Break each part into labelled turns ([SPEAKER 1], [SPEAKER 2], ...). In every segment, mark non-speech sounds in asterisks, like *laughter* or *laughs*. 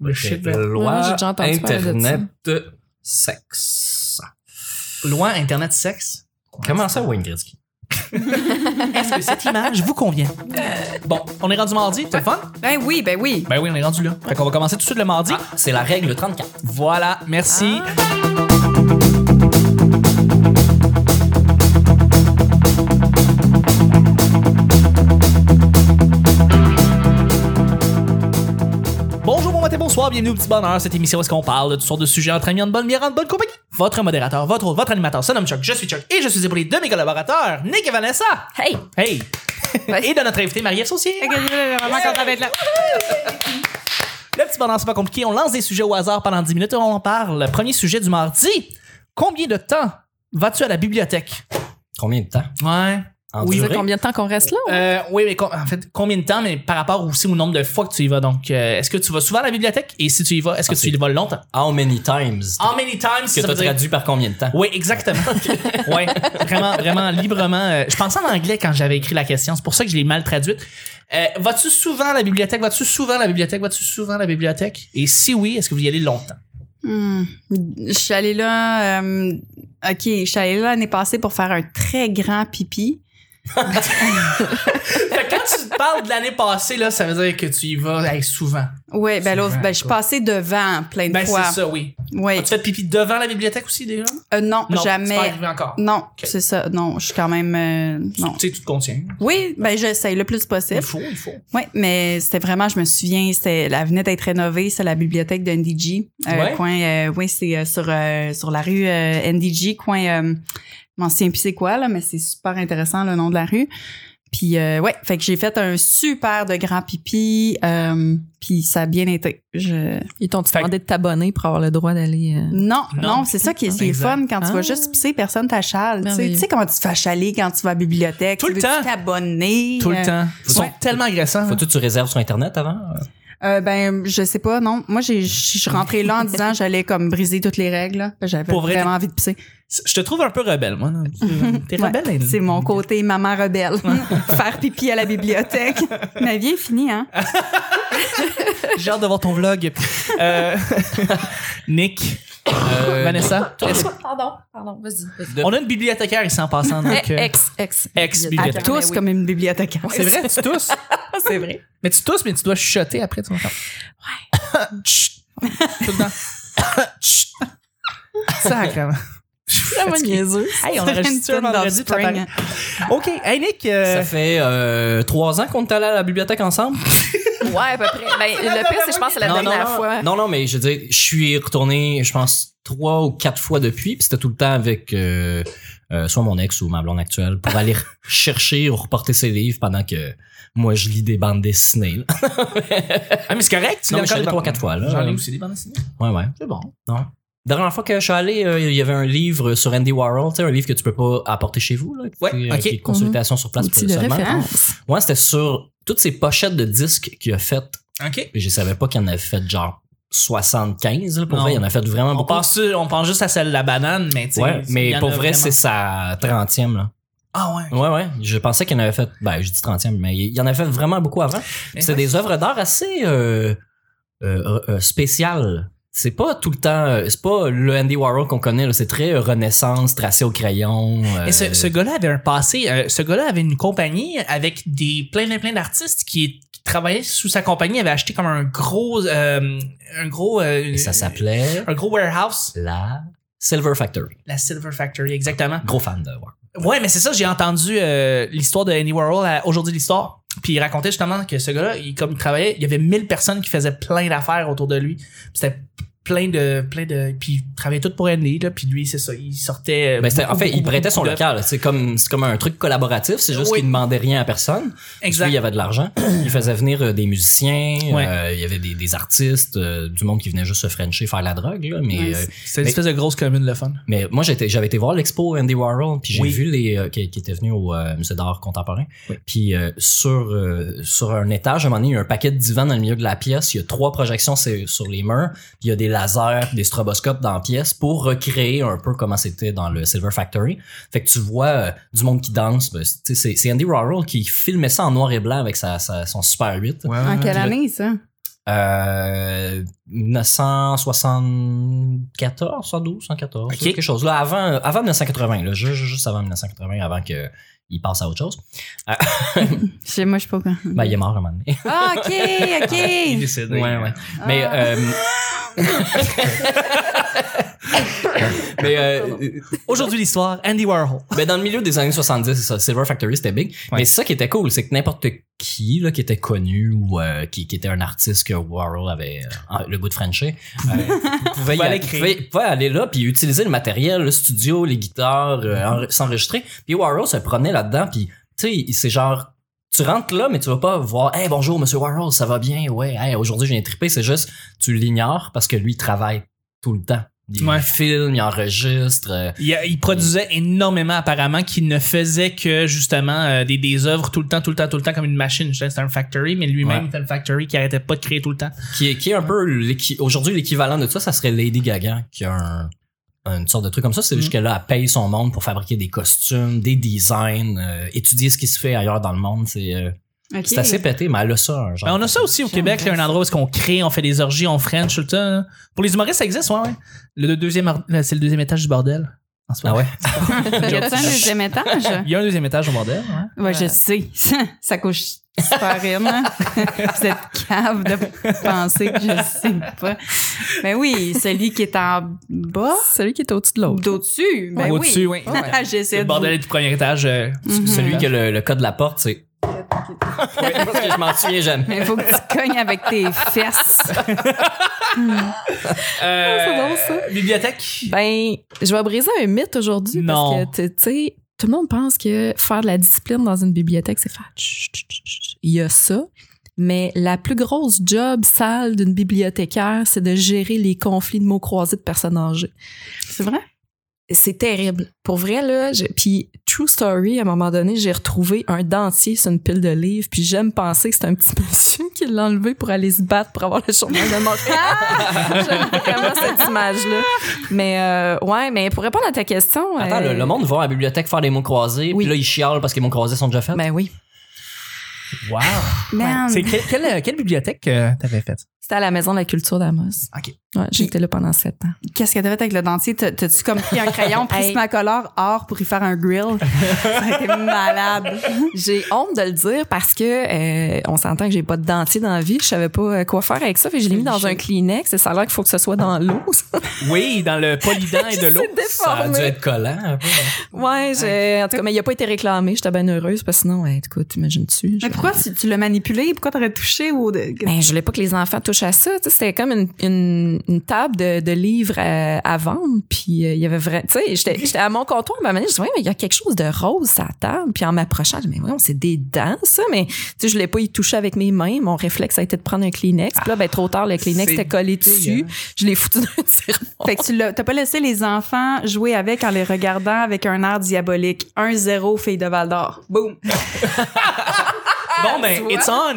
[SPEAKER 1] Le shit
[SPEAKER 2] la
[SPEAKER 1] va-
[SPEAKER 2] loi
[SPEAKER 3] Ouais, j'ai déjà entendu parler de
[SPEAKER 2] Internet sexe.
[SPEAKER 1] Loi Internet sexe.
[SPEAKER 2] Comment ça, Wayne Gretzky?
[SPEAKER 1] Est-ce que cette image Ah, vous convient? Euh, Bon, on est rendu mardi, t'as le fun?
[SPEAKER 3] Ben oui, ben oui.
[SPEAKER 1] Ben oui, on est rendu là. Fait qu'on va commencer tout de suite le mardi.
[SPEAKER 2] Ah, C'est la règle 34.
[SPEAKER 1] Voilà, merci. Bonjour, bon matin, bonsoir, bienvenue au Petit Bonheur. Cette émission où est-ce qu'on parle de toutes sortes de sujets entre amis, en bonne bière, en bonne compagnie. Votre modérateur, votre hôte, votre animateur, son nom Chuck, je suis Chuck et je suis épaulé de mes collaborateurs, Nick et Vanessa.
[SPEAKER 3] Hey!
[SPEAKER 1] Hey!
[SPEAKER 3] Ouais.
[SPEAKER 1] et de notre invité, Marie-Ève Saucier. Ah,
[SPEAKER 3] vraiment content d'être là.
[SPEAKER 1] Le petit bonheur, c'est pas compliqué. On lance des sujets au hasard pendant 10 minutes et on en parle. Premier sujet du mardi. Combien de temps vas-tu à la bibliothèque?
[SPEAKER 2] Combien de temps?
[SPEAKER 1] Ouais.
[SPEAKER 2] En
[SPEAKER 1] Oui.
[SPEAKER 3] Ça
[SPEAKER 2] durée?
[SPEAKER 3] fait combien de temps qu'on reste là?
[SPEAKER 1] Euh, oui, mais com- en fait, combien de temps, mais par rapport aussi au nombre de fois que tu y vas. Donc, euh, est-ce que tu vas souvent à la bibliothèque? Et si tu y vas, est-ce que
[SPEAKER 2] Ah,
[SPEAKER 1] tu y
[SPEAKER 2] c'est-
[SPEAKER 1] vas longtemps?
[SPEAKER 2] How many times?
[SPEAKER 1] How many times?
[SPEAKER 2] que
[SPEAKER 1] Ah, ça
[SPEAKER 2] t'as
[SPEAKER 1] veut dire-
[SPEAKER 2] traduit par combien de temps?
[SPEAKER 1] Oui, exactement. *laughs* ouais, vraiment, vraiment librement. Euh, Je pensais en anglais quand j'avais écrit la question. C'est pour ça que je l'ai mal traduite. Euh, vas-tu souvent à la bibliothèque? Vas-tu souvent à la bibliothèque? Vas-tu souvent à la bibliothèque? Et si oui, est-ce que vous y allez longtemps?
[SPEAKER 3] Hmm. Je suis allée là. euh, ok, je suis allée là l'année passée pour faire un très grand pipi.
[SPEAKER 1] *laughs* Fait que quand tu parles de l'année passée, là, ça veut dire que tu y vas hey, souvent.
[SPEAKER 3] Ouais, ben là,
[SPEAKER 1] Souvent,
[SPEAKER 3] ben, je suis
[SPEAKER 1] quoi.
[SPEAKER 3] passée devant plein de
[SPEAKER 1] Ben,
[SPEAKER 3] fois.
[SPEAKER 1] c'est ça, oui.
[SPEAKER 3] Ouais.
[SPEAKER 1] As-tu fait pipi devant la bibliothèque aussi, déjà?
[SPEAKER 3] Euh, non,
[SPEAKER 1] Non, c'est pas
[SPEAKER 3] jamais.
[SPEAKER 1] arrivé encore.
[SPEAKER 3] Non,
[SPEAKER 1] Ok.
[SPEAKER 3] c'est ça. Non, je suis quand même. euh, non.
[SPEAKER 1] Tu sais, tu te contiens.
[SPEAKER 3] Oui, ben j'essaye le plus
[SPEAKER 1] Il
[SPEAKER 3] possible.
[SPEAKER 1] faut, il faut.
[SPEAKER 3] Oui, mais c'était vraiment, je me souviens, c'était, elle venait d'être rénovée, c'est la bibliothèque de NDG. euh,
[SPEAKER 1] Ouais.
[SPEAKER 3] coin, euh, oui, c'est euh, sur, euh, sur la rue euh, NDG, coin, euh, je m'en souviens plus c'est quoi, là, mais c'est super intéressant le nom de la rue. Puis, euh, ouais, fait que j'ai fait un super de grand pipi, euh, puis ça a bien été. Je...
[SPEAKER 4] Ils t'ont
[SPEAKER 1] Fait que-
[SPEAKER 4] demandé de t'abonner pour avoir le droit d'aller. euh,
[SPEAKER 3] Non,
[SPEAKER 1] Non.
[SPEAKER 3] non, c'est ça qui est, qui est
[SPEAKER 1] Exact.
[SPEAKER 3] fun quand tu
[SPEAKER 4] Ah.
[SPEAKER 3] vas juste pisser, personne t'achale. Tu sais,
[SPEAKER 4] Merveilleux.
[SPEAKER 3] tu sais comment tu te fais achaler quand tu vas à la bibliothèque?
[SPEAKER 1] Tout le
[SPEAKER 3] tu veux
[SPEAKER 1] temps.
[SPEAKER 3] t'abonner?
[SPEAKER 1] Tout le
[SPEAKER 3] Euh,
[SPEAKER 1] temps. Ils sont
[SPEAKER 3] ouais.
[SPEAKER 1] tellement agressants. hein.
[SPEAKER 2] Faut-tu que tu réserves sur Internet avant?
[SPEAKER 3] Euh, ben, je sais pas, non. Moi, j'ai- je suis rentrée là en disant *laughs* que j'allais comme briser toutes les règles. là. J'avais
[SPEAKER 1] Pour vrai,
[SPEAKER 3] vraiment envie de pisser.
[SPEAKER 1] Je te trouve un peu rebelle, moi.
[SPEAKER 3] *laughs*
[SPEAKER 1] là. T'es
[SPEAKER 3] Ouais,
[SPEAKER 1] rebelle, Hélène?
[SPEAKER 3] C'est mon côté maman rebelle. *laughs* Faire pipi à la bibliothèque. *laughs* Ma vie est finie, hein?
[SPEAKER 1] Ah, J'ai hâte de voir ton vlog.
[SPEAKER 2] *laughs*
[SPEAKER 1] Euh, Nick,
[SPEAKER 2] euh,
[SPEAKER 1] Vanessa, est-ce-
[SPEAKER 4] Pardon, pardon, vas-y.
[SPEAKER 2] de-
[SPEAKER 1] on a une bibliothécaire ici en passant. donc, euh,
[SPEAKER 4] Ex, ex.
[SPEAKER 1] Ex
[SPEAKER 3] À
[SPEAKER 1] bibliothèque.
[SPEAKER 3] tous comme une bibliothécaire.
[SPEAKER 1] ben C'est
[SPEAKER 3] *laughs*
[SPEAKER 1] vrai, tu tousses.
[SPEAKER 4] *laughs* c'est vrai.
[SPEAKER 1] Mais tu tousses, mais tu dois chuchoter après. Tu vas faire- *laughs* Chut. Tout le temps.
[SPEAKER 4] *laughs*
[SPEAKER 1] Chut. Sacrément. Je suis
[SPEAKER 4] Vraiment
[SPEAKER 1] fatigué.
[SPEAKER 4] niaiseux.
[SPEAKER 1] Hey, on
[SPEAKER 3] Sur une
[SPEAKER 1] enregistre un
[SPEAKER 3] tune
[SPEAKER 1] vendredi, puis ça
[SPEAKER 3] d'Offspring.
[SPEAKER 1] paraît. OK. Hey, Nick. euh,
[SPEAKER 2] Ça fait euh, trois ans qu'on est allé à la bibliothèque ensemble?
[SPEAKER 4] Ouais, à peu près. Ben, le pire, c'est que je pense que c'est la
[SPEAKER 2] non,
[SPEAKER 4] dernière
[SPEAKER 2] non,
[SPEAKER 4] fois.
[SPEAKER 2] Non, non, mais je veux dire, je suis retourné, je pense, trois ou quatre fois depuis, puis c'était tout le temps avec euh, euh, soit mon ex ou ma blonde actuelle pour aller *laughs* chercher ou reporter ses livres pendant que moi je lis des bandes dessinées. là.
[SPEAKER 1] Ah, mais c'est correct. Tu
[SPEAKER 2] Non,
[SPEAKER 1] l'as
[SPEAKER 2] mais je suis allé
[SPEAKER 1] encore-
[SPEAKER 2] trois, quatre fois, là.
[SPEAKER 1] J'en ai aussi des bandes dessinées.
[SPEAKER 2] Ouais, ouais.
[SPEAKER 1] C'est bon.
[SPEAKER 2] Non. Dernière fois que je suis allé, euh, il y avait un livre sur Andy Warhol, tu sais, un livre que tu peux pas apporter chez vous, là, qui,
[SPEAKER 1] Ouais,
[SPEAKER 2] euh,
[SPEAKER 1] ok.
[SPEAKER 2] qui est de consultation sur place
[SPEAKER 4] Outil
[SPEAKER 2] pour
[SPEAKER 4] de
[SPEAKER 2] seulement.
[SPEAKER 4] référence.
[SPEAKER 2] Ouais, c'était sur toutes ces pochettes de disques qu'il a faites.
[SPEAKER 1] OK.
[SPEAKER 2] Et Je savais pas qu'il en avait fait genre 75, là, pour
[SPEAKER 1] Non.
[SPEAKER 2] vrai, il en a fait vraiment
[SPEAKER 1] On
[SPEAKER 2] beaucoup. Ah,
[SPEAKER 1] pense, on pense juste à celle de la banane, mais tu sais,
[SPEAKER 2] Ouais,
[SPEAKER 1] il y
[SPEAKER 2] mais
[SPEAKER 1] en
[SPEAKER 2] pour
[SPEAKER 1] a
[SPEAKER 2] vrai,
[SPEAKER 1] vraiment-
[SPEAKER 2] c'est sa 30e, là.
[SPEAKER 1] Ah ouais.
[SPEAKER 2] Ouais, ouais. Je pensais qu'il en avait fait, ben, je dis 30e, mais il il en avait fait vraiment beaucoup avant.
[SPEAKER 1] Mais
[SPEAKER 2] C'est
[SPEAKER 1] ouais.
[SPEAKER 2] des œuvres d'art assez euh, euh, euh, spéciales. C'est pas tout le temps, euh, c'est pas le Andy Warhol qu'on connaît. là. C'est très euh, Renaissance, tracé au crayon. euh,
[SPEAKER 1] Et ce, ce gars-là avait un passé. euh, ce gars-là avait une compagnie avec des plein plein plein d'artistes qui, qui travaillaient sous sa compagnie. avait acheté comme un gros, euh, un gros, euh,
[SPEAKER 2] et ça s'appelait
[SPEAKER 1] un gros warehouse,
[SPEAKER 2] la Silver Factory.
[SPEAKER 1] la Silver Factory, exactement.
[SPEAKER 2] Gros fan de Warhol.
[SPEAKER 1] Ouais, mais c'est ça. J'ai entendu euh, l'histoire de Andy Warhol à aujourd'hui l'histoire. Puis il racontait justement que ce gars-là, il, comme il travaillait, il y avait 1000 personnes qui faisaient plein d'affaires autour de lui. Puis C'était plein de plein de puis il travaillait tout pour Andy là puis lui c'est ça il sortait euh,
[SPEAKER 2] Ben, c'était- en
[SPEAKER 1] beaucoup,
[SPEAKER 2] fait, il
[SPEAKER 1] beaucoup,
[SPEAKER 2] prêtait
[SPEAKER 1] beaucoup
[SPEAKER 2] son
[SPEAKER 1] de-
[SPEAKER 2] local. là. C'est comme, c'est comme un truc collaboratif. C'est juste
[SPEAKER 1] Oui.
[SPEAKER 2] qu'il demandait rien à personne. Puis euh,
[SPEAKER 1] exact
[SPEAKER 2] il y avait de l'argent. Il faisait venir euh, des musiciens.
[SPEAKER 1] Ouais.
[SPEAKER 2] euh, il y avait des, des artistes, euh, du monde qui venait juste se frencher, faire la drogue. là. mais
[SPEAKER 3] Ouais,
[SPEAKER 2] euh,
[SPEAKER 1] c'est une
[SPEAKER 2] Mais-
[SPEAKER 1] espèce de grosse commune le fun
[SPEAKER 2] Mais moi, j'étais- j'avais été voir l'expo Andy Warhol, puis j'ai
[SPEAKER 1] Oui.
[SPEAKER 2] vu les euh, qui, qui était venu au euh, musée d'art contemporain.
[SPEAKER 1] Oui.
[SPEAKER 2] Puis euh, sur euh, sur un étage, à un moment donné, il y a un paquet de divans dans le milieu de la pièce. Il y a trois projections c'est- sur les murs. Puis il y a des lasers, puis des stroboscopes dans la pièce pour recréer un peu comment c'était dans le Silver Factory. Fait que tu vois euh, du monde qui danse. Ben, c'est- tu sais, c'est c'est Andy Warhol qui filmait ça en noir et blanc avec sa, sa- son Super 8.
[SPEAKER 3] En quelle année, ça?
[SPEAKER 2] euh, 1974, 112, 114,
[SPEAKER 1] Ok.
[SPEAKER 2] quelque chose. Là, avant, euh, avant 1980, là, ju- ju- juste avant 1980, avant qu'il passe à autre chose.
[SPEAKER 3] Je sais, moi, je sais pas quoi.
[SPEAKER 2] Ben, il est mort à un moment donné.
[SPEAKER 3] Ah, OK,
[SPEAKER 1] Il est
[SPEAKER 3] OK.
[SPEAKER 1] décédé.
[SPEAKER 2] Ouais, ouais. Mais, euh, mais, euh, *laughs*
[SPEAKER 1] Aujourd'hui, l'histoire, Andy Warhol.
[SPEAKER 2] mais Ben, dans le milieu des années 70, c'est ça, Silver Factory, c'était big.
[SPEAKER 1] Ouais.
[SPEAKER 2] Mais ça qui était cool, c'est que n'importe qui là, qui était connu ou euh, qui, qui était un artiste que Warhol avait euh, le goût de Frencher, pouvait, y
[SPEAKER 1] Pouvait
[SPEAKER 2] aller,
[SPEAKER 1] l'écrire.
[SPEAKER 2] pouvait- pouvait aller là puis utiliser le matériel, le studio, les guitares, euh, en- s'enregistrer. Puis Warhol se promenait là-dedans puis tu sais, il- c'est genre tu rentres là mais tu vas pas voir "Hey bonjour monsieur Warhol, ça va bien Ouais, hey, aujourd'hui je viens triper", c'est juste tu l'ignores parce que lui il travaille tout le temps. Il
[SPEAKER 1] Ouais.
[SPEAKER 2] filme, il enregistre, euh,
[SPEAKER 1] Il, il produisait énormément apparemment, qu'il ne faisait que justement euh, des, des œuvres tout le temps, tout le temps, tout le temps comme une machine. Je sais, C'était un factory, mais lui-même
[SPEAKER 2] Ouais.
[SPEAKER 1] était un factory qui arrêtait pas de créer tout le temps.
[SPEAKER 2] qui est, qui est un peu l'équi- aujourd'hui l'équivalent de ça, ça serait Lady Gaga qui a un- une sorte de truc comme ça. C'est juste
[SPEAKER 1] Mm.
[SPEAKER 2] que là, elle paye son monde pour fabriquer des costumes, des designs, euh, étudier ce qui se fait ailleurs dans le monde. C'est euh,
[SPEAKER 3] *laughs* OK.
[SPEAKER 2] c'est assez pété, mais elle a ça. un genre.
[SPEAKER 1] Ben, on a ça aussi au
[SPEAKER 3] J'aime
[SPEAKER 1] Québec, là,
[SPEAKER 3] bien
[SPEAKER 1] un endroit où est-ce qu'on crée, on fait des orgies, on French tout le temps. là. Pour les humoristes, ça existe, ouais, ouais. Le deuxième, or- là, c'est le deuxième étage du bordel. en ce
[SPEAKER 2] Ah
[SPEAKER 1] moment.
[SPEAKER 2] ouais?
[SPEAKER 3] Y a-t-il un deuxième étage?
[SPEAKER 1] *laughs* Il y a un deuxième étage au bordel. ouais.
[SPEAKER 3] Ouais, je sais. *laughs* Ça couche super *laughs* rime, hein? Vous êtes cave de penser que je sais pas. Mais oui, celui qui est en bas,
[SPEAKER 4] Celui qui est au-dessus de l'autre.
[SPEAKER 3] d'au-dessus. Ben
[SPEAKER 1] Au-dessus,
[SPEAKER 3] oui. *laughs*
[SPEAKER 1] oui. C'est
[SPEAKER 3] J'essaie
[SPEAKER 1] le
[SPEAKER 3] de.
[SPEAKER 1] bordel du premier étage. euh,
[SPEAKER 3] Mhm.
[SPEAKER 2] Celui que le, le code de la porte, c'est. Ouais, parce que je m'en souviens jamais.
[SPEAKER 3] Mais il faut que tu cognes avec tes fesses.
[SPEAKER 1] euh,
[SPEAKER 4] c'est bon, ça.
[SPEAKER 1] Bibliothèque.
[SPEAKER 4] Ben, je vais briser un mythe aujourd'hui
[SPEAKER 1] Non.
[SPEAKER 4] parce que, tu tu sais, tout le monde pense que faire de la discipline dans une bibliothèque, c'est faire tch, tch, tch, tch. Il y a ça. Mais la plus grosse job sale d'une bibliothécaire, c'est de gérer les conflits de mots croisés de personnes âgées.
[SPEAKER 3] C'est vrai?
[SPEAKER 4] c'est terrible. Pour vrai, là, j'ai- puis True Story, à un moment donné, j'ai retrouvé un dentier sur une pile de livres, puis j'aime penser que c'est un petit *laughs* monsieur qui l'a enlevé pour aller se battre pour avoir le journal de *laughs* Montréal. j'aime vraiment cette image-là. Mais euh, ouais, mais pour répondre à ta question...
[SPEAKER 2] Attends,
[SPEAKER 4] euh,
[SPEAKER 2] le, le monde va à la bibliothèque faire des mots croisés,
[SPEAKER 4] Oui.
[SPEAKER 2] puis là, ils chialent parce que les mots croisés sont déjà faits.
[SPEAKER 4] Ben oui.
[SPEAKER 1] Wow.
[SPEAKER 3] Man.
[SPEAKER 1] C'est quel- quelle, quelle bibliothèque euh, t'avais faite?
[SPEAKER 4] C'était à la Maison de la Culture d'Amos.
[SPEAKER 1] OK.
[SPEAKER 4] Ouais, j'étais là pendant sept ans.
[SPEAKER 3] Qu'est-ce que t'avais fait avec le dentier? T'as- T'as-tu comme pris un crayon Prismacolor or pour y faire un grill? Ça a été malade.
[SPEAKER 4] J'ai honte de le dire parce que euh, on s'entend que j'ai pas de dentier dans la vie. Je savais pas euh, quoi faire avec ça. Fait que je l'ai mis dans un Kleenex et ça a l'air qu'il faut que ce soit dans l'eau.
[SPEAKER 1] Oui, dans le polydent
[SPEAKER 4] *laughs*
[SPEAKER 1] et de l'eau.
[SPEAKER 4] C'est
[SPEAKER 2] Ça a dû
[SPEAKER 4] déformé.
[SPEAKER 2] être collant. un peu, hein.
[SPEAKER 4] Ouais, j'ai- en tout cas, mais il a pas été réclamé. J'étais bien heureuse parce que sinon, ouais, écoute, t'imagines-tu? je-
[SPEAKER 3] Mais pourquoi tu, tu l'as manipulé? Pourquoi t'aurais touché au. de-
[SPEAKER 4] Ben, je voulais pas que les enfants touchent à ça. Tu sais, C'était comme une, une, une table de, de livres euh, à vendre. Puis euh, il y avait vrai. Tu sais, j'étais j'étais à mon comptoir. À un moment donné, je dis, ouais, mais il y a quelque chose de rose à la table. Puis en m'approchant, je dis, mais voyons, c'est des dents, ça. Mais tu sais, je voulais pas y toucher avec mes mains. Mon réflexe a été de prendre un Kleenex. Puis là, ben, trop tard, le Kleenex
[SPEAKER 1] c'est
[SPEAKER 4] était collé dessus. Je l'ai foutu dans un tiroir.
[SPEAKER 3] Fait que tu l'as- t'as pas laissé les enfants jouer avec en les regardant avec un air diabolique. 1-0, fille de Val d'Or. Boum.
[SPEAKER 1] Bon, ben, it's on.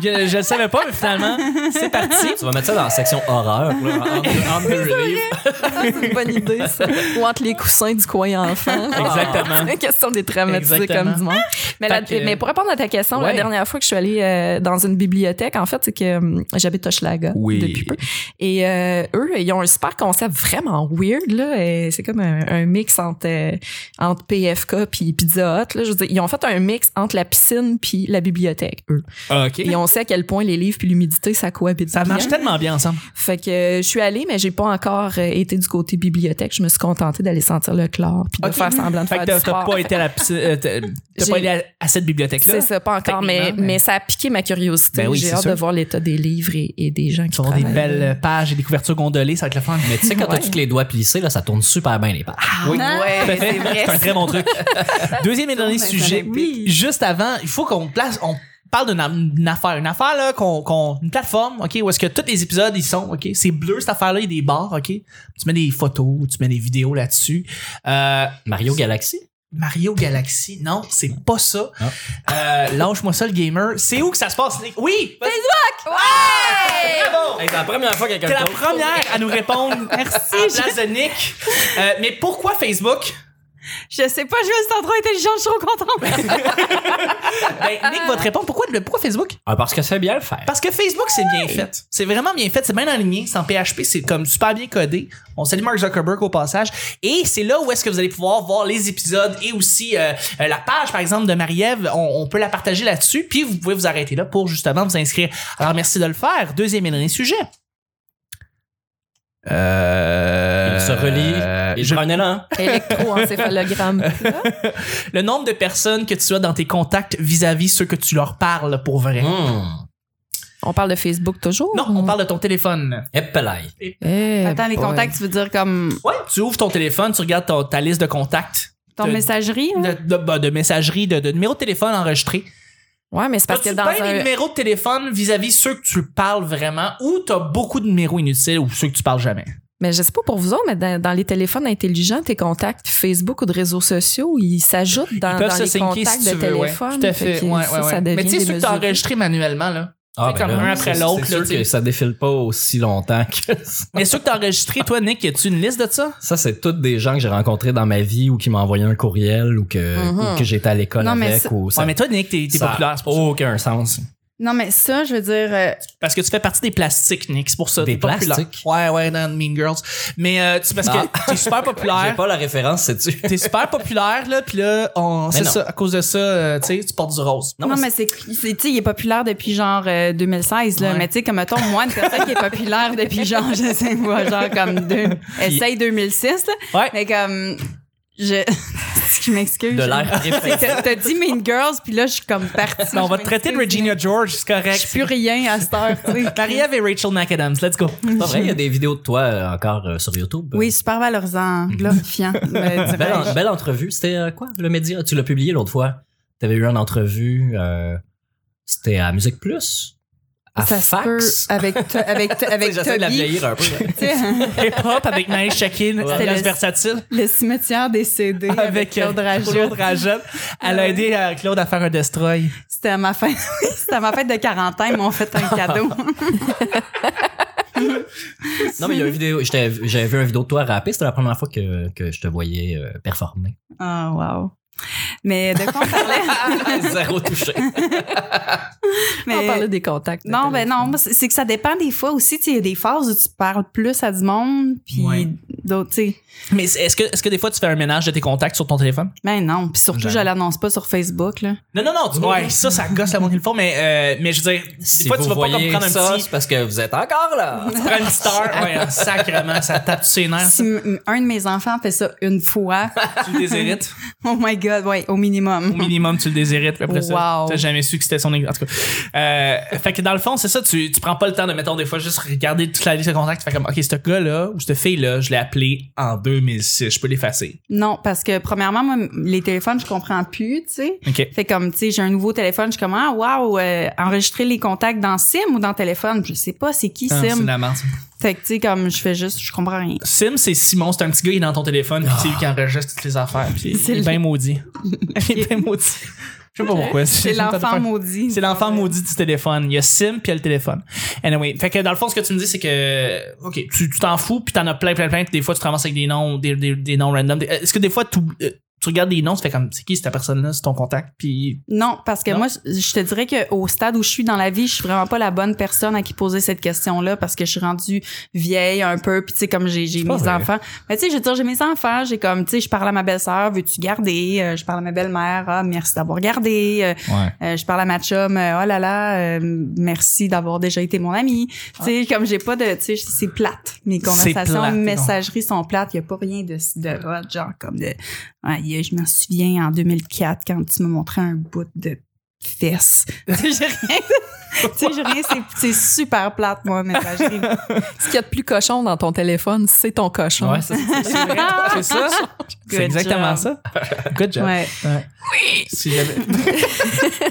[SPEAKER 1] *laughs* je, je le savais pas, mais finalement, c'est parti.
[SPEAKER 2] Tu vas mettre ça dans la section horreur, là, entre- entre deux livres.
[SPEAKER 4] Ah, c'est une bonne idée, ça. Ou entre les coussins du coin enfant.
[SPEAKER 1] *laughs* Exactement.
[SPEAKER 4] C'est une question des traumatisés
[SPEAKER 1] Exactement.
[SPEAKER 4] comme du monde. Mais, la-
[SPEAKER 1] Fait que-
[SPEAKER 4] mais pour répondre à ta question,
[SPEAKER 1] Ouais.
[SPEAKER 4] la dernière fois que je suis allée euh, dans une bibliothèque, en fait, c'est que hum, j'habite Hochelaga
[SPEAKER 2] Oui.
[SPEAKER 4] depuis peu. Et euh, eux, ils ont un super concept vraiment weird. là. Et C'est comme un, un mix entre, euh, entre PFK puis Pizza Hut. Là. Je veux dire, ils ont fait un mix entre la piscine puis la bibliothèque, eux.
[SPEAKER 1] OK.
[SPEAKER 4] Et on sait à quel point les livres puis l'humidité, ça cohabite
[SPEAKER 1] Ça
[SPEAKER 4] bien.
[SPEAKER 1] marche tellement bien ensemble.
[SPEAKER 4] Fait que euh, je suis allée, mais j'ai pas encore euh, été du côté bibliothèque. Je me suis contentée d'aller sentir le chlore puis de
[SPEAKER 1] Ok.
[SPEAKER 4] faire semblant de
[SPEAKER 1] Fait
[SPEAKER 4] faire
[SPEAKER 1] que
[SPEAKER 4] du
[SPEAKER 1] t'as- t'as
[SPEAKER 4] sport.
[SPEAKER 1] pas été à la piscine, euh, t'as- t'as pas
[SPEAKER 4] J'ai-
[SPEAKER 1] été à, à cette bibliothèque-là.
[SPEAKER 4] C'est ça, pas encore, mais,
[SPEAKER 1] Techniquement,
[SPEAKER 4] mais...
[SPEAKER 1] mais
[SPEAKER 4] ça a piqué ma curiosité.
[SPEAKER 1] Ben oui,
[SPEAKER 4] j'ai
[SPEAKER 1] c'est
[SPEAKER 4] hâte
[SPEAKER 1] sûr.
[SPEAKER 4] de voir l'état des livres et, et des gens qui
[SPEAKER 1] Tu vas avoir des
[SPEAKER 4] travaillent.
[SPEAKER 1] belles pages et des couvertures gondolées, ça va être le fun.
[SPEAKER 2] Mais tu sais, quand
[SPEAKER 4] Ouais.
[SPEAKER 2] t'as toutes les doigts plissés, là, ça tourne super bien les pages.
[SPEAKER 1] Oui,
[SPEAKER 3] Ah, ouais,
[SPEAKER 1] tout à fait.
[SPEAKER 3] c'est vrai,
[SPEAKER 1] *laughs* C'est un très bon truc. Deuxième et dernier
[SPEAKER 3] mais ça
[SPEAKER 1] sujet.
[SPEAKER 3] va- oui.
[SPEAKER 1] Juste avant, il faut qu'on place, on parle d'une a- d'une affaire, une affaire là, qu'on, qu'on- une plateforme, ok, où est-ce que tous les épisodes ils sont, ok, c'est bleu cette affaire-là, il y a des barres, ok, tu mets des photos, tu mets des vidéos là-dessus. Euh,
[SPEAKER 2] Mario Galaxy?
[SPEAKER 1] Mario Galaxy, non, c'est pas ça.
[SPEAKER 2] Ah.
[SPEAKER 1] Euh, lâche-moi ça le gamer. C'est où que ça se passe, Nick? Oui! vas-y. Très bon!
[SPEAKER 2] c'est la première fois que
[SPEAKER 1] T'es la
[SPEAKER 2] quelqu'un
[SPEAKER 1] première à nous répondre. Merci. En place de Nick. Euh, mais pourquoi Facebook?
[SPEAKER 3] Je sais pas, je me sens trop intelligente, je suis trop contente.
[SPEAKER 1] Ben, Nick va te répondre. Pourquoi, le- pourquoi Facebook?
[SPEAKER 2] Ah, parce que c'est bien le faire.
[SPEAKER 1] Parce que Facebook, c'est bien fait. C'est vraiment bien fait. C'est bien aligné. C'est en PHP. C'est comme super bien codé. On salue Mark Zuckerberg au passage. Et c'est là où est-ce que vous allez pouvoir voir les épisodes et aussi euh, euh, la page, par exemple, de Marie-Ève. On, on peut la partager là-dessus. Puis vous pouvez vous arrêter là pour justement vous inscrire. Alors, merci de le faire. Deuxième et dernier sujet. Euh,
[SPEAKER 2] Il se relie, il
[SPEAKER 1] je-
[SPEAKER 2] prend un élan.
[SPEAKER 4] Électroencéphalogramme.
[SPEAKER 1] *laughs* le nombre de personnes que tu as dans tes contacts vis-à-vis ceux que tu leur parles pour vrai.
[SPEAKER 2] *laughs* Hum.
[SPEAKER 4] On parle de Facebook toujours?
[SPEAKER 1] Non, on parle de ton téléphone.
[SPEAKER 2] Épelaille.
[SPEAKER 3] *laughs*
[SPEAKER 4] Eh,
[SPEAKER 3] Attends, les
[SPEAKER 4] boy.
[SPEAKER 3] contacts, tu veux dire comme
[SPEAKER 1] Ouais, tu ouvres ton téléphone, tu regardes ton- ta liste de contacts,
[SPEAKER 3] ton
[SPEAKER 1] De-
[SPEAKER 3] messagerie? hein?
[SPEAKER 1] de, de- bah, de messagerie, de, de numéros de téléphone enregistrés.
[SPEAKER 4] Ouais, mais c'est parce
[SPEAKER 1] T'as-tu
[SPEAKER 4] que dans
[SPEAKER 1] bien des
[SPEAKER 4] un.
[SPEAKER 1] numéros de téléphone vis-à-vis ceux que tu parles vraiment ou t'as beaucoup de numéros inutiles ou ceux que tu parles jamais?
[SPEAKER 4] Mais je sais pas pour vous autres, mais dans, dans les téléphones intelligents, tes contacts Facebook ou de réseaux sociaux, ils s'ajoutent dans,
[SPEAKER 1] Ils peuvent
[SPEAKER 4] dans
[SPEAKER 1] se
[SPEAKER 4] les
[SPEAKER 1] syncer
[SPEAKER 4] contacts
[SPEAKER 1] si tu
[SPEAKER 4] de
[SPEAKER 1] veux, ouais.
[SPEAKER 4] téléphone.
[SPEAKER 1] Tout à fait,
[SPEAKER 4] que
[SPEAKER 1] ouais,
[SPEAKER 4] ça,
[SPEAKER 1] ouais,
[SPEAKER 4] ça
[SPEAKER 1] ouais.
[SPEAKER 4] devient
[SPEAKER 1] Mais tu sais, ceux que t'as
[SPEAKER 4] démesuré.
[SPEAKER 1] enregistrés manuellement, là. C'est comme un après
[SPEAKER 2] Ah, ben c'est-
[SPEAKER 1] l'autre,
[SPEAKER 2] C'est
[SPEAKER 1] là,
[SPEAKER 2] sûr
[SPEAKER 1] tu sais.
[SPEAKER 2] que ça défile pas aussi longtemps que *laughs* ça.
[SPEAKER 1] Mais ceux que t'as enregistrés, toi, Nick, as-tu une liste de ça?
[SPEAKER 2] Ça, c'est toutes des gens que j'ai rencontrés dans ma vie ou qui m'ont envoyé un courriel ou que,
[SPEAKER 4] Mhm.
[SPEAKER 2] ou que j'étais à l'école
[SPEAKER 3] Non, mais
[SPEAKER 2] avec.
[SPEAKER 3] ça-
[SPEAKER 2] Ou ça,
[SPEAKER 1] Ouais, mais toi, Nick, t'es t'es
[SPEAKER 2] ça a
[SPEAKER 1] populaire. c'est pour ça.
[SPEAKER 2] aucun sens.
[SPEAKER 3] Non, mais ça, je veux dire. euh,
[SPEAKER 1] Parce que tu fais partie des plastiques, Nick. C'est pour ça.
[SPEAKER 2] Des
[SPEAKER 1] t'es populaire.
[SPEAKER 2] plastiques?
[SPEAKER 1] Ouais, ouais, dans Mean Girls. Mais euh, tu, parce
[SPEAKER 2] Ah.
[SPEAKER 1] que t'es
[SPEAKER 4] *laughs*
[SPEAKER 1] super
[SPEAKER 2] J'ai
[SPEAKER 1] populaire.
[SPEAKER 2] pas la
[SPEAKER 1] *laughs*
[SPEAKER 2] référence, sais-tu?
[SPEAKER 1] T'es super populaire, là, puis là, on,
[SPEAKER 2] Mais
[SPEAKER 1] c'est
[SPEAKER 2] non.
[SPEAKER 1] ça, à cause de ça, euh, tu sais, tu portes du rose.
[SPEAKER 3] Non, mais c'est, c'est- tu sais, il est populaire depuis genre euh, 2016, là.
[SPEAKER 1] Ouais.
[SPEAKER 3] Mais tu sais, comme mettons, moi, une personne qui est populaire depuis genre, je sais pas, genre comme deux, essaye 2006, là.
[SPEAKER 1] Ouais.
[SPEAKER 3] Mais comme, je, *laughs* je m'excuse.
[SPEAKER 2] De l'air
[SPEAKER 3] C'est-
[SPEAKER 2] préféré.
[SPEAKER 3] T'as t'as dit Mean Girls, puis là, je suis comme partie.
[SPEAKER 1] Non, Ben, on va
[SPEAKER 3] Je
[SPEAKER 1] te traiter de
[SPEAKER 3] m'excuse, mais
[SPEAKER 1] Regina George, c'est
[SPEAKER 3] Je suis
[SPEAKER 1] correct.
[SPEAKER 3] plus rien à cette heure, tu sais.
[SPEAKER 1] Marie-Ève et Rachel McAdams, let's
[SPEAKER 3] *laughs*
[SPEAKER 1] go.
[SPEAKER 2] Pas vrai, il y a des vidéos de toi euh, encore euh, sur YouTube.
[SPEAKER 3] Oui, super valorisant, glorifiant, euh, me
[SPEAKER 2] Belle,
[SPEAKER 3] dirais-je.
[SPEAKER 2] belle entrevue. C'était euh, quoi, le média? Tu l'as publié l'autre fois. Tu avais eu une entrevue. euh, C'était à Musique Plus? À
[SPEAKER 3] Ça se peut
[SPEAKER 2] Fax?
[SPEAKER 3] avec, to- avec, to- avec
[SPEAKER 2] J'essaie de la
[SPEAKER 3] Toby.
[SPEAKER 2] vieillir un peu.
[SPEAKER 3] *laughs* tu sais,
[SPEAKER 1] Hip-hop avec Naïs Shakin,
[SPEAKER 2] Ouais.
[SPEAKER 1] alias
[SPEAKER 3] le-
[SPEAKER 1] Versatile,
[SPEAKER 3] le cimetière des CD avec,
[SPEAKER 1] avec euh,
[SPEAKER 3] Claude Rajoux.
[SPEAKER 1] Claude Rajotte. Elle a
[SPEAKER 3] Ouais.
[SPEAKER 1] aidé euh, Claude à faire un destroy.
[SPEAKER 3] C'était à ma fête, *laughs* oui, c'était à ma fête de 40 ans, ils m'ont fait un cadeau.
[SPEAKER 2] Non, mais il y a une vidéo. j'étais- J'avais vu une vidéo de toi rapper. C'était la première fois que, que je te voyais euh, performer.
[SPEAKER 3] Ah, wow. Mais de quoi on parlait?
[SPEAKER 2] *laughs* Zéro touché.
[SPEAKER 4] On
[SPEAKER 3] Mais-
[SPEAKER 4] parlait des contacts. de
[SPEAKER 3] non, ben
[SPEAKER 4] téléphone.
[SPEAKER 3] non, moi, c'est c'est que ça dépend des fois aussi. Tu sais, Il y a des phases où tu parles plus à du monde, puis
[SPEAKER 1] Ouais.
[SPEAKER 3] d'autres, tu sais.
[SPEAKER 1] Mais est-ce que, est-ce que des fois tu fais un ménage de tes contacts sur ton téléphone?
[SPEAKER 3] Mais non, puis surtout,
[SPEAKER 1] Jamais.
[SPEAKER 3] je l'annonce pas sur Facebook, là.
[SPEAKER 1] Non, non, non. tu- ouais, ça, ça gosse la monde qui le font, mais, euh, mais je veux dire, des
[SPEAKER 2] Si
[SPEAKER 1] fois
[SPEAKER 2] vous
[SPEAKER 1] tu vas pas comme
[SPEAKER 2] voyez
[SPEAKER 1] prendre
[SPEAKER 2] ça,
[SPEAKER 1] un petit.
[SPEAKER 2] c'est parce que vous êtes encore là.
[SPEAKER 1] Tu prends une petite heure, ouais, sacrement, ça tape sur ses nerfs,
[SPEAKER 3] Si
[SPEAKER 1] Ah, ça,
[SPEAKER 3] m- un de mes enfants fait ça
[SPEAKER 1] *laughs*
[SPEAKER 3] une fois,
[SPEAKER 1] tu le déshérites.
[SPEAKER 3] oh my God, ouais, au
[SPEAKER 1] Au
[SPEAKER 3] minimum.
[SPEAKER 1] minimum, tu le déshérites, puis après ça,
[SPEAKER 3] Wow.
[SPEAKER 1] t'as jamais su que c'était son ex- En tout cas, euh, fait que dans le fond, c'est ça, tu, tu prends pas le temps de, mettons, des fois, juste regarder toute la liste de contacts, tu fais comme, OK, ce gars-là ou cette fille-là, je l'ai appelé en 2006, je peux l'effacer.
[SPEAKER 3] Non, parce que premièrement, moi, m- les téléphones, je comprends plus, tu sais.
[SPEAKER 1] OK.
[SPEAKER 3] Fait comme, tu sais, j'ai un nouveau téléphone, je suis comme, ah, wow, euh, enregistrer les contacts dans SIM ou dans téléphone, je sais pas, c'est qui
[SPEAKER 1] Ah, c'est de
[SPEAKER 3] SIM.
[SPEAKER 1] la merde, ça.
[SPEAKER 3] Fait que, tu sais, comme, je fais juste, je comprends rien.
[SPEAKER 1] Sim, c'est Simon, c'est un petit gars, il est dans ton téléphone, puis c'est lui qui enregistre toutes les affaires, puis il
[SPEAKER 3] C'est
[SPEAKER 1] est
[SPEAKER 3] le-
[SPEAKER 1] bien
[SPEAKER 3] *laughs*
[SPEAKER 1] maudit. Il est bien maudit. Je sais pas pourquoi.
[SPEAKER 3] C'est l'enfant
[SPEAKER 1] maudit.
[SPEAKER 3] maudit.
[SPEAKER 1] C'est l'enfant
[SPEAKER 3] Ouais.
[SPEAKER 1] maudit du téléphone. Il y a Sim puis il y a le téléphone. Anyway, fait que dans le fond, ce que tu me dis, c'est que, ok, tu tu t'en fous puis t'en as plein, plein, plein. Puis des fois, tu te ramasses avec des noms, des, des, des noms random. Des- Est-ce que des fois, tu, euh, tu regardes des noms, tu fais comme, c'est qui cette personne-là, c'est ton contact, puis
[SPEAKER 3] Non, parce que
[SPEAKER 1] Non.
[SPEAKER 3] moi, je je te dirais qu'au stade où je suis dans la vie, je suis vraiment pas la bonne personne à qui poser cette question-là parce que je suis rendue vieille un peu, puis tu sais, comme j'ai j'ai
[SPEAKER 2] C'est
[SPEAKER 3] mes
[SPEAKER 2] pas vrai.
[SPEAKER 3] enfants. Mais tu sais, je veux dire, j'ai mes enfants, j'ai comme, tu sais, je parle à ma belle-sœur, veux-tu garder? Euh, je parle à ma belle-mère, ah, merci d'avoir gardé. Euh, euh, je parle à ma chum, euh, oh là là, euh, merci d'avoir déjà été mon ami. Tu sais, comme j'ai pas de, tu sais, c'est plate. Mes
[SPEAKER 1] C'est
[SPEAKER 3] conversations,
[SPEAKER 1] plate,
[SPEAKER 3] messageries sont plates. Il y a pas rien de, de hot, genre comme de, Ouais, il y a- je m'en souviens en 2004 quand tu m'as montré un bout de fesse. *laughs* Tu sais, j'ai rien. Tu sais, j'ai rien, c'est- c'est super plate, moi, messagerie.
[SPEAKER 1] *laughs*
[SPEAKER 4] Ce qu'il y a de plus cochon dans ton téléphone, c'est ton cochon.
[SPEAKER 2] Ouais, ça,
[SPEAKER 1] *laughs*
[SPEAKER 2] c'est-
[SPEAKER 1] c'est ça.
[SPEAKER 3] Good
[SPEAKER 1] C'est exactement
[SPEAKER 3] job.
[SPEAKER 1] ça. Good job.
[SPEAKER 3] Ouais.
[SPEAKER 1] Si j'avais-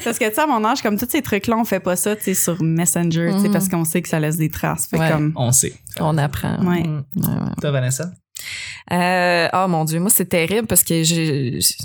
[SPEAKER 3] Parce que, tu sais, à mon âge, comme tous ces trucs-là, on fait pas ça, tu sais, sur Messenger, tu sais,
[SPEAKER 1] Mm-hmm.
[SPEAKER 4] Mhm.
[SPEAKER 3] parce qu'on sait que ça laisse des traces. Fait
[SPEAKER 4] Ouais.
[SPEAKER 3] comme,
[SPEAKER 1] *laughs* On sait.
[SPEAKER 4] On apprend.
[SPEAKER 3] ouais.
[SPEAKER 1] Mm.
[SPEAKER 4] Ouais, ouais.
[SPEAKER 1] Toi, Vanessa?
[SPEAKER 4] Euh, oh mon Dieu, moi c'est terrible parce que j'ai. j'ai-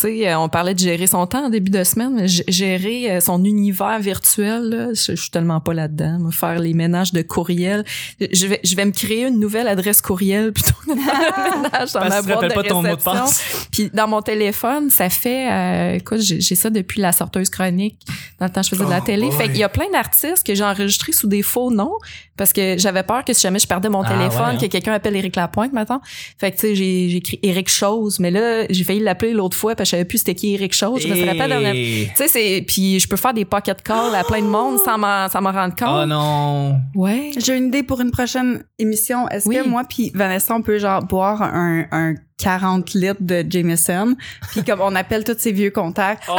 [SPEAKER 4] Tu sais, euh, on parlait de gérer son temps en début de semaine, mais g- gérer euh, son univers virtuel, là, je, je suis tellement pas là-dedans. Moi, Faire les ménages de courriel, je vais, je vais me créer une nouvelle adresse courriel plutôt que de faire
[SPEAKER 1] *laughs*
[SPEAKER 4] le ménage dans
[SPEAKER 1] Parce
[SPEAKER 4] ma
[SPEAKER 1] que tu te
[SPEAKER 4] boîte
[SPEAKER 1] rappelles
[SPEAKER 4] de
[SPEAKER 1] pas ton mot de
[SPEAKER 4] réception.
[SPEAKER 1] passe.
[SPEAKER 4] Puis dans mon téléphone, ça fait, euh, écoute, j'ai j'ai ça depuis la sorteuse chronique. Dans le temps, je faisais de la
[SPEAKER 1] Oh
[SPEAKER 4] télé.
[SPEAKER 1] boy.
[SPEAKER 4] Fait qu'il y a plein d'artistes que j'ai enregistrés sous des faux noms parce que j'avais peur que si jamais je perdais mon
[SPEAKER 2] Ah,
[SPEAKER 4] téléphone,
[SPEAKER 2] ouais, hein.
[SPEAKER 4] que quelqu'un appelle Éric Lapointe maintenant. Fait que tu sais, j'ai j'ai écrit Éric Chose, mais là, j'ai failli l'appeler l'autre fois parce que je savais plus c'était qui Éric Chose. Je me serais pas donné.
[SPEAKER 1] Et-
[SPEAKER 4] Tu sais, c'est puis je peux faire des pocket calls à plein de monde sans m'en sans m'en rendre
[SPEAKER 1] Oh
[SPEAKER 4] compte.
[SPEAKER 1] non.
[SPEAKER 4] ouais.
[SPEAKER 3] J'ai une idée pour une prochaine émission. Est-ce
[SPEAKER 4] Oui.
[SPEAKER 3] que moi puis Vanessa, on peut genre boire un, un 40 litres de Jameson, puis comme on appelle tous ces vieux
[SPEAKER 4] *laughs*
[SPEAKER 3] contacts.
[SPEAKER 1] Oh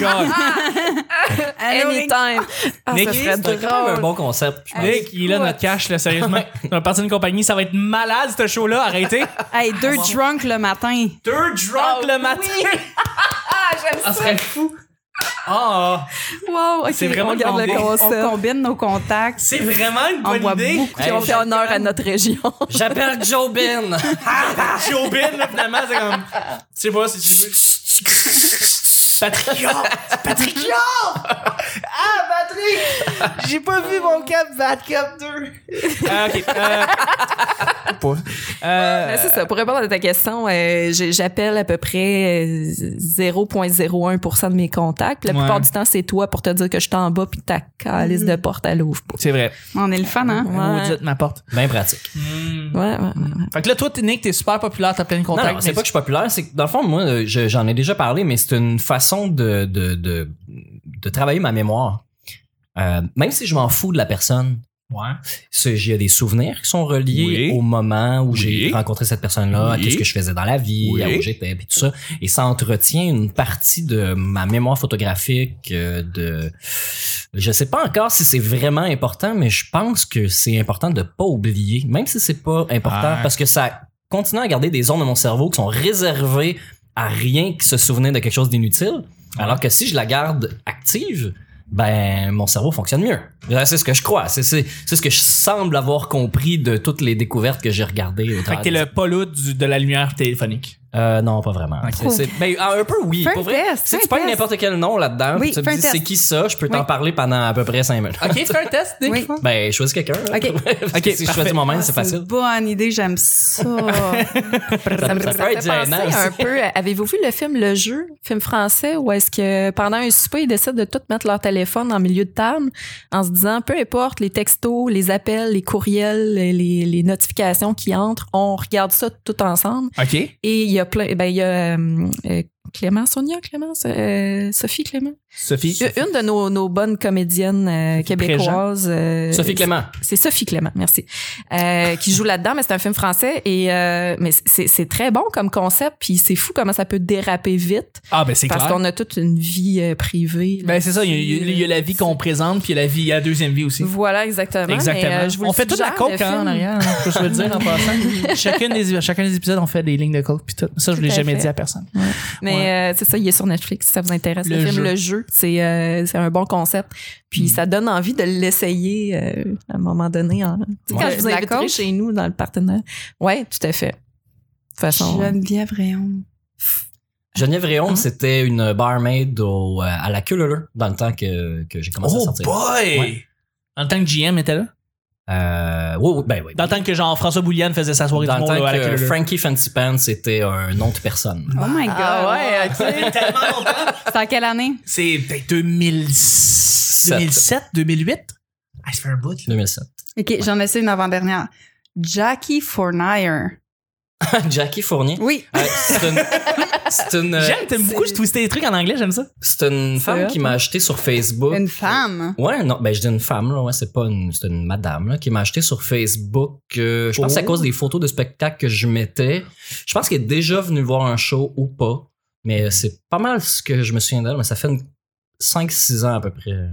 [SPEAKER 1] god.
[SPEAKER 3] Allô,
[SPEAKER 4] Anytime. Ah,
[SPEAKER 1] Nick,
[SPEAKER 4] ça
[SPEAKER 2] C'est
[SPEAKER 4] serait
[SPEAKER 2] quand même un
[SPEAKER 4] drôle. Ah,
[SPEAKER 2] bon concept. je pense.
[SPEAKER 1] Nick, il a notre cash, là, *laughs* sérieusement. On va partir d'une compagnie, ça va être malade, ce show-là. Arrêtez.
[SPEAKER 3] Hey, deux drunk le matin.
[SPEAKER 1] Deux drunk le matin.
[SPEAKER 4] Ah, j'aime
[SPEAKER 1] Ça serait fou. Ah,
[SPEAKER 4] Wow, ok,
[SPEAKER 1] C'est vraiment
[SPEAKER 4] on garde
[SPEAKER 1] une
[SPEAKER 4] le
[SPEAKER 1] bonne idée.
[SPEAKER 3] On
[SPEAKER 4] concept.
[SPEAKER 3] combine nos contacts.
[SPEAKER 1] c'est vraiment une
[SPEAKER 3] On boit
[SPEAKER 1] bonne idée.
[SPEAKER 3] beaucoup.
[SPEAKER 4] Puis on fait honneur à notre région.
[SPEAKER 2] J'appelle Joe Ben.
[SPEAKER 1] Joe Bin, là, finalement, c'est comme. Tu sais pas si tu veux. Patrick Huard! Patrick Huard! Ah, Patrick! J'ai pas vu mon cap Bad Cup 2. Ah, ok. Euh... Pas. Euh,
[SPEAKER 4] Mais Ben, c'est ça. Pour répondre à ta question, euh, j'ai- j'appelle à peu près euh, 0,01% de mes contacts. La
[SPEAKER 1] Ouais.
[SPEAKER 4] plupart du temps, c'est toi pour te dire que je suis en bas puis que ta calice de porte, elle ouvre pas.
[SPEAKER 1] C'est vrai.
[SPEAKER 3] *laughs* On est le fun, hein?
[SPEAKER 4] Ouais.
[SPEAKER 1] Maudite ma porte.
[SPEAKER 2] *laughs* Bien pratique.
[SPEAKER 1] Hmm. Mm.
[SPEAKER 4] Ouais, ouais, ouais.
[SPEAKER 1] Fait que là, toi, t'es- Nick, t'es super populaire, t'as plein de
[SPEAKER 2] Non,
[SPEAKER 1] contacts.
[SPEAKER 2] non, c'est pas que je suis populaire, c'est que dans le fond, moi, euh, je- j'en ai déjà parlé, mais c'est une façon de, de, de, de travailler ma mémoire. Euh, même si je m'en fous de la personne,
[SPEAKER 1] Ouais.
[SPEAKER 2] c'est- j'ai des souvenirs qui sont reliés
[SPEAKER 1] Oui.
[SPEAKER 2] au moment où j'ai
[SPEAKER 1] Oui.
[SPEAKER 2] rencontré cette personne-là, à
[SPEAKER 1] Oui.
[SPEAKER 2] qu'est-ce que je faisais dans la vie,
[SPEAKER 1] Oui.
[SPEAKER 2] à où j'étais, puis tout ça. Et ça entretient une partie de ma mémoire photographique, euh, de... Je sais pas encore si c'est vraiment important, mais je pense que c'est important de pas oublier, même si c'est pas important,
[SPEAKER 1] Ouais.
[SPEAKER 2] parce que ça continue à garder des zones de mon cerveau qui sont réservées à rien qui se souvenait de quelque chose d'inutile, alors que si je la garde active, ben mon cerveau fonctionne mieux. Là, C'est ce que je crois, c'est c'est c'est ce que je semble avoir compris de toutes les découvertes que j'ai regardées.
[SPEAKER 1] Fait
[SPEAKER 2] au
[SPEAKER 1] que
[SPEAKER 2] travers
[SPEAKER 1] t'es
[SPEAKER 2] des-
[SPEAKER 1] le polo du- de la lumière téléphonique.
[SPEAKER 2] Euh, non, pas vraiment. C'est- c'est- ben, un peu oui,
[SPEAKER 3] Fais
[SPEAKER 2] pour
[SPEAKER 3] un
[SPEAKER 2] vrai.
[SPEAKER 3] test,
[SPEAKER 2] Si
[SPEAKER 3] fais
[SPEAKER 2] tu
[SPEAKER 3] un
[SPEAKER 2] pognes
[SPEAKER 3] test.
[SPEAKER 2] n'importe quel nom là-dedans, puis
[SPEAKER 3] Oui,
[SPEAKER 2] tu
[SPEAKER 3] fais
[SPEAKER 2] me
[SPEAKER 3] un
[SPEAKER 2] dis
[SPEAKER 3] test.
[SPEAKER 2] c'est qui ça, je peux
[SPEAKER 3] Oui.
[SPEAKER 2] t'en parler pendant à peu près 5 minutes. *laughs*
[SPEAKER 1] Ok, fais un test, Nick.
[SPEAKER 3] Oui.
[SPEAKER 2] Ben, je choisis quelqu'un. là.
[SPEAKER 3] Ok.
[SPEAKER 2] Parce que
[SPEAKER 1] Ok,
[SPEAKER 2] si je
[SPEAKER 1] parfait.
[SPEAKER 2] choisis moi-même,
[SPEAKER 3] Ah,
[SPEAKER 2] c'est facile.
[SPEAKER 3] Une bonne idée, j'aime
[SPEAKER 4] *laughs*
[SPEAKER 3] ça.
[SPEAKER 2] Ben, Ça, ça peut être
[SPEAKER 4] Ça fait
[SPEAKER 2] gênant.
[SPEAKER 4] penser un
[SPEAKER 2] aussi.
[SPEAKER 4] peu. à- Avez-vous vu le film Le Jeu, film français, où est-ce que pendant un souper, ils décident de tout mettre leur téléphone en milieu de table en se disant, peu importe les textos, les appels, les courriels, les, les- les notifications qui entrent, on regarde ça tout ensemble.
[SPEAKER 1] Ok.
[SPEAKER 4] Et il y a plein, ben il y a euh, euh, Clément Sonia, Clément, euh, Sophie Clément.
[SPEAKER 1] Sophie.
[SPEAKER 4] Une- Une de nos, nos bonnes comédiennes euh, québécoises. euh,
[SPEAKER 2] Sophie Clément.
[SPEAKER 4] C'est Sophie Clément, merci. Euh, qui joue là-dedans, mais c'est un film français. Et, euh, mais c'est c'est très bon comme concept, puis c'est fou comment ça peut déraper vite.
[SPEAKER 1] Ah, ben c'est
[SPEAKER 4] Parce
[SPEAKER 1] clair.
[SPEAKER 4] qu'on a toute une vie euh, privée.
[SPEAKER 1] Ben c'est ça, il y, a- il y a- il y a la vie qu'on présente, puis il y a la vie, il y a la deuxième vie aussi.
[SPEAKER 4] Voilà, exactement. Mais, euh, je vous
[SPEAKER 1] on
[SPEAKER 4] le
[SPEAKER 1] fait toute la
[SPEAKER 4] suggère,
[SPEAKER 1] coke
[SPEAKER 4] le
[SPEAKER 1] hein, en
[SPEAKER 4] film.
[SPEAKER 1] arrière, hein, je veux
[SPEAKER 4] *laughs*
[SPEAKER 1] dire en passant. Chacun des, chacun des épisodes, on fait des lignes de coke puis tout. Ça, je
[SPEAKER 4] Tout
[SPEAKER 1] l'ai
[SPEAKER 4] à
[SPEAKER 1] jamais
[SPEAKER 4] fait.
[SPEAKER 1] dit à personne.
[SPEAKER 4] Mais
[SPEAKER 1] Ouais.
[SPEAKER 4] euh, c'est ça, il est sur Netflix si ça vous intéresse. Le,
[SPEAKER 1] Le
[SPEAKER 4] film
[SPEAKER 1] jeu.
[SPEAKER 4] Le Jeu, c'est euh, c'est un bon concept. Puis
[SPEAKER 1] Mm.
[SPEAKER 4] ça donne envie de l'essayer euh, à un moment donné. en- Tu sais, Quand
[SPEAKER 2] Ouais.
[SPEAKER 4] je vous
[SPEAKER 3] La
[SPEAKER 4] inviterai
[SPEAKER 3] coach?
[SPEAKER 4] chez nous dans le partenaire. Ouais, tout à fait. De toute façon.
[SPEAKER 3] Geneviève Rayon.
[SPEAKER 2] Geneviève Réaume,
[SPEAKER 1] Hein?
[SPEAKER 4] Ah.
[SPEAKER 2] c'était une barmaid au, euh, à la queue leu-leu, dans le temps que, que j'ai commencé
[SPEAKER 1] Oh,
[SPEAKER 2] à sortir.
[SPEAKER 1] boy!
[SPEAKER 2] Ouais.
[SPEAKER 1] Dans le temps que GM était là.
[SPEAKER 2] Euh, oui, oui, ben oui.
[SPEAKER 1] Dans le temps que genre François Bouliane faisait sa soirée
[SPEAKER 2] Dans
[SPEAKER 1] du
[SPEAKER 2] le
[SPEAKER 1] monde
[SPEAKER 2] temps
[SPEAKER 1] là, à la
[SPEAKER 2] que
[SPEAKER 1] queue
[SPEAKER 2] Frankie Fancy Pants était un nom de
[SPEAKER 1] *laughs*
[SPEAKER 2] personne.
[SPEAKER 3] Oh my god.
[SPEAKER 4] Ah ouais, ok.
[SPEAKER 1] tellement longtemps.
[SPEAKER 3] C'est en quelle année?
[SPEAKER 1] C'est ben, peut-être 2007, 2008? Ah, ça fait un bout, là.
[SPEAKER 2] 2007.
[SPEAKER 3] OK, j'en ai essayé une avant-dernière. Jackie Fournier.
[SPEAKER 2] *laughs* Jackie Fournier.
[SPEAKER 3] Oui.
[SPEAKER 2] Euh, c'est une,
[SPEAKER 1] *laughs*
[SPEAKER 2] c'est une, euh,
[SPEAKER 1] J'aime, t'aimes beaucoup, je twistais des trucs en anglais, j'aime ça.
[SPEAKER 2] c'est une femme
[SPEAKER 4] hot,
[SPEAKER 2] qui m'a
[SPEAKER 1] hein?
[SPEAKER 2] acheté sur Facebook.
[SPEAKER 3] Une femme.
[SPEAKER 2] Ouais, non, ben je dis une femme, là, ouais, c'est pas une, c'est une madame, là, qui m'a acheté sur Facebook, euh, je pense
[SPEAKER 1] Oh.
[SPEAKER 2] à cause des photos de spectacles que je mettais. Je pense qu'elle est déjà venue voir un show ou pas, mais c'est pas mal ce que je me souviens d'elle, mais ça fait 5-6 ans à peu près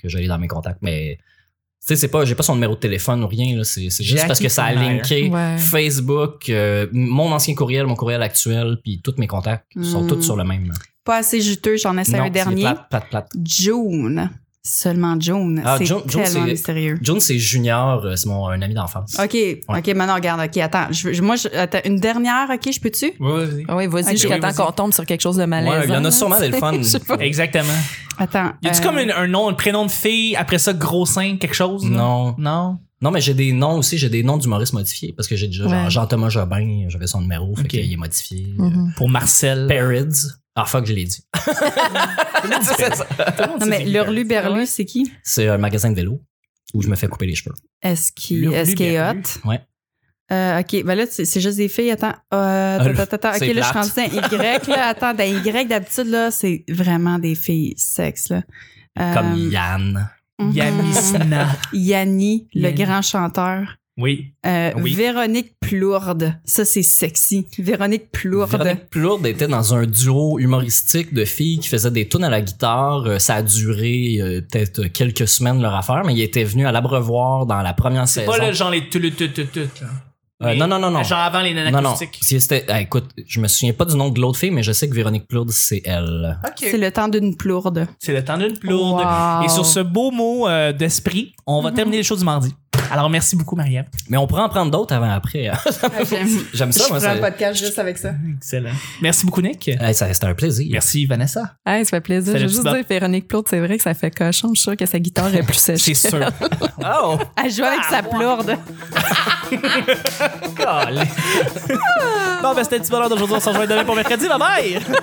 [SPEAKER 2] que j'allais dans mes contacts, mais tu sais, c'est pas, j'ai pas son numéro de téléphone ou rien, là, c'est, c'est juste
[SPEAKER 1] Jackie
[SPEAKER 2] parce que ça a
[SPEAKER 1] Fournier.
[SPEAKER 2] linké
[SPEAKER 4] Ouais.
[SPEAKER 2] Facebook, euh, mon ancien courriel, mon courriel actuel, puis tous mes contacts sont
[SPEAKER 3] Hmm.
[SPEAKER 2] tous sur le même.
[SPEAKER 3] Pas assez juteux, j'en ai essayé
[SPEAKER 2] Non,
[SPEAKER 3] un
[SPEAKER 2] c'est
[SPEAKER 3] dernier.
[SPEAKER 2] Plate, plate, plate.
[SPEAKER 3] June. Seulement June.
[SPEAKER 2] Ah,
[SPEAKER 3] c'est
[SPEAKER 2] June- June,
[SPEAKER 3] tellement
[SPEAKER 2] c'est-
[SPEAKER 3] mystérieux.
[SPEAKER 2] June, c'est Junior, euh, c'est mon un ami d'enfance.
[SPEAKER 3] OK, OK, maintenant, regarde, OK, attends. Je, je- moi, je- attends, une dernière, OK, je peux-tu?
[SPEAKER 1] Ouais, vas-y.
[SPEAKER 4] Ah oui, vas-y,
[SPEAKER 3] Ok.
[SPEAKER 4] jusqu'à
[SPEAKER 1] Oui,
[SPEAKER 4] temps
[SPEAKER 1] vas-y.
[SPEAKER 4] qu'on tombe sur quelque chose de malaisant.
[SPEAKER 2] Ouais, il y en a
[SPEAKER 4] là.
[SPEAKER 2] sûrement des fans.
[SPEAKER 4] *laughs* Je sais pas.
[SPEAKER 1] Exactement.
[SPEAKER 3] Attends.
[SPEAKER 1] Y a-tu
[SPEAKER 3] euh,
[SPEAKER 1] comme une- un nom, un prénom de fille, après ça, gros sein, quelque chose? là?
[SPEAKER 2] Non.
[SPEAKER 1] Non?
[SPEAKER 2] Non, mais j'ai des noms aussi, j'ai des noms d'humoristes modifiés parce que j'ai déjà genre
[SPEAKER 3] Ouais.
[SPEAKER 2] Jean-Thomas Jobin, j'avais son numéro, fait
[SPEAKER 1] Ok.
[SPEAKER 2] qu'il est modifié. Euh,
[SPEAKER 4] Mhm.
[SPEAKER 1] Pour Marcel.
[SPEAKER 2] Perids. Ah, fuck, je l'ai dit. c'est ça.
[SPEAKER 3] Non, mais l'Orlu Berlu, c'est qui?
[SPEAKER 2] C'est un magasin de vélo où je me fais couper les cheveux.
[SPEAKER 3] Est-ce qu'il
[SPEAKER 1] L'Orlu
[SPEAKER 3] est, est
[SPEAKER 1] Berlu.
[SPEAKER 3] hot?
[SPEAKER 2] Ouais.
[SPEAKER 3] Euh, OK, ben là, c'est c'est juste des filles. Attends. Euh,
[SPEAKER 2] Ah, le-
[SPEAKER 3] attends, attends, attends. OK,
[SPEAKER 2] *laughs* c'est
[SPEAKER 3] là, je suis
[SPEAKER 2] plate.
[SPEAKER 3] rendue dans Y.
[SPEAKER 2] *laughs*
[SPEAKER 3] Là. Attends, dans Y, d'habitude, là, c'est vraiment des filles sexes, là. Euh,
[SPEAKER 2] Comme Yann.
[SPEAKER 3] mhm.
[SPEAKER 1] Yamisna.
[SPEAKER 3] Yanni, le
[SPEAKER 1] Yanni.
[SPEAKER 3] grand chanteur.
[SPEAKER 1] Oui.
[SPEAKER 3] Euh,
[SPEAKER 1] Oui.
[SPEAKER 3] Véronique Plourde. Ça, c'est sexy. Véronique Plourde.
[SPEAKER 2] Véronique Plourde était dans un duo humoristique de filles qui faisaient des tunes à la guitare. Euh, Ça a duré euh, peut-être quelques semaines leur affaire, mais ils étaient venus à l'abreuvoir dans la première
[SPEAKER 1] C'est
[SPEAKER 2] saison.
[SPEAKER 1] pas le genre les tout, tout, tout, tout, là.
[SPEAKER 2] Euh, non, non, non, non.
[SPEAKER 1] Genre avant les
[SPEAKER 2] Non, non.
[SPEAKER 1] nanacoustiques.
[SPEAKER 2] Si c'était- ah, écoute, je me souviens pas du nom de l'autre fille, mais je sais que Véronique Plourde, c'est elle.
[SPEAKER 3] C'est le temps d'une plourde.
[SPEAKER 1] C'est le temps d'une plourde.
[SPEAKER 3] Wow.
[SPEAKER 1] Et sur ce beau mot euh, d'esprit, on va terminer les shows du mardi. Alors, merci beaucoup, Marianne.
[SPEAKER 2] Mais on pourrait en prendre d'autres avant après. hein.
[SPEAKER 3] Ah, J'aime
[SPEAKER 2] *laughs* J'aime ça,
[SPEAKER 3] je
[SPEAKER 2] moi.
[SPEAKER 3] ferais
[SPEAKER 2] ça-
[SPEAKER 3] un podcast juste avec ça.
[SPEAKER 1] Excellent. Merci beaucoup, Nick.
[SPEAKER 2] Hey, ça- C'était un plaisir.
[SPEAKER 1] Merci, Vanessa.
[SPEAKER 4] Hey, ça fait plaisir.
[SPEAKER 1] C'est
[SPEAKER 4] Je
[SPEAKER 1] le
[SPEAKER 4] veux
[SPEAKER 1] petit
[SPEAKER 4] juste
[SPEAKER 1] bat-
[SPEAKER 4] dire, Véronique Plourde, c'est vrai que ça fait cochon. Je suis sûre que sa guitare est plus sèche. *laughs*
[SPEAKER 1] C'est sûr.
[SPEAKER 2] Oh!
[SPEAKER 3] Elle joue avec sa plourde.
[SPEAKER 1] bon, ben, c'était le petit bonheur d'aujourd'hui. On se rejoint demain pour mercredi. Bye bye!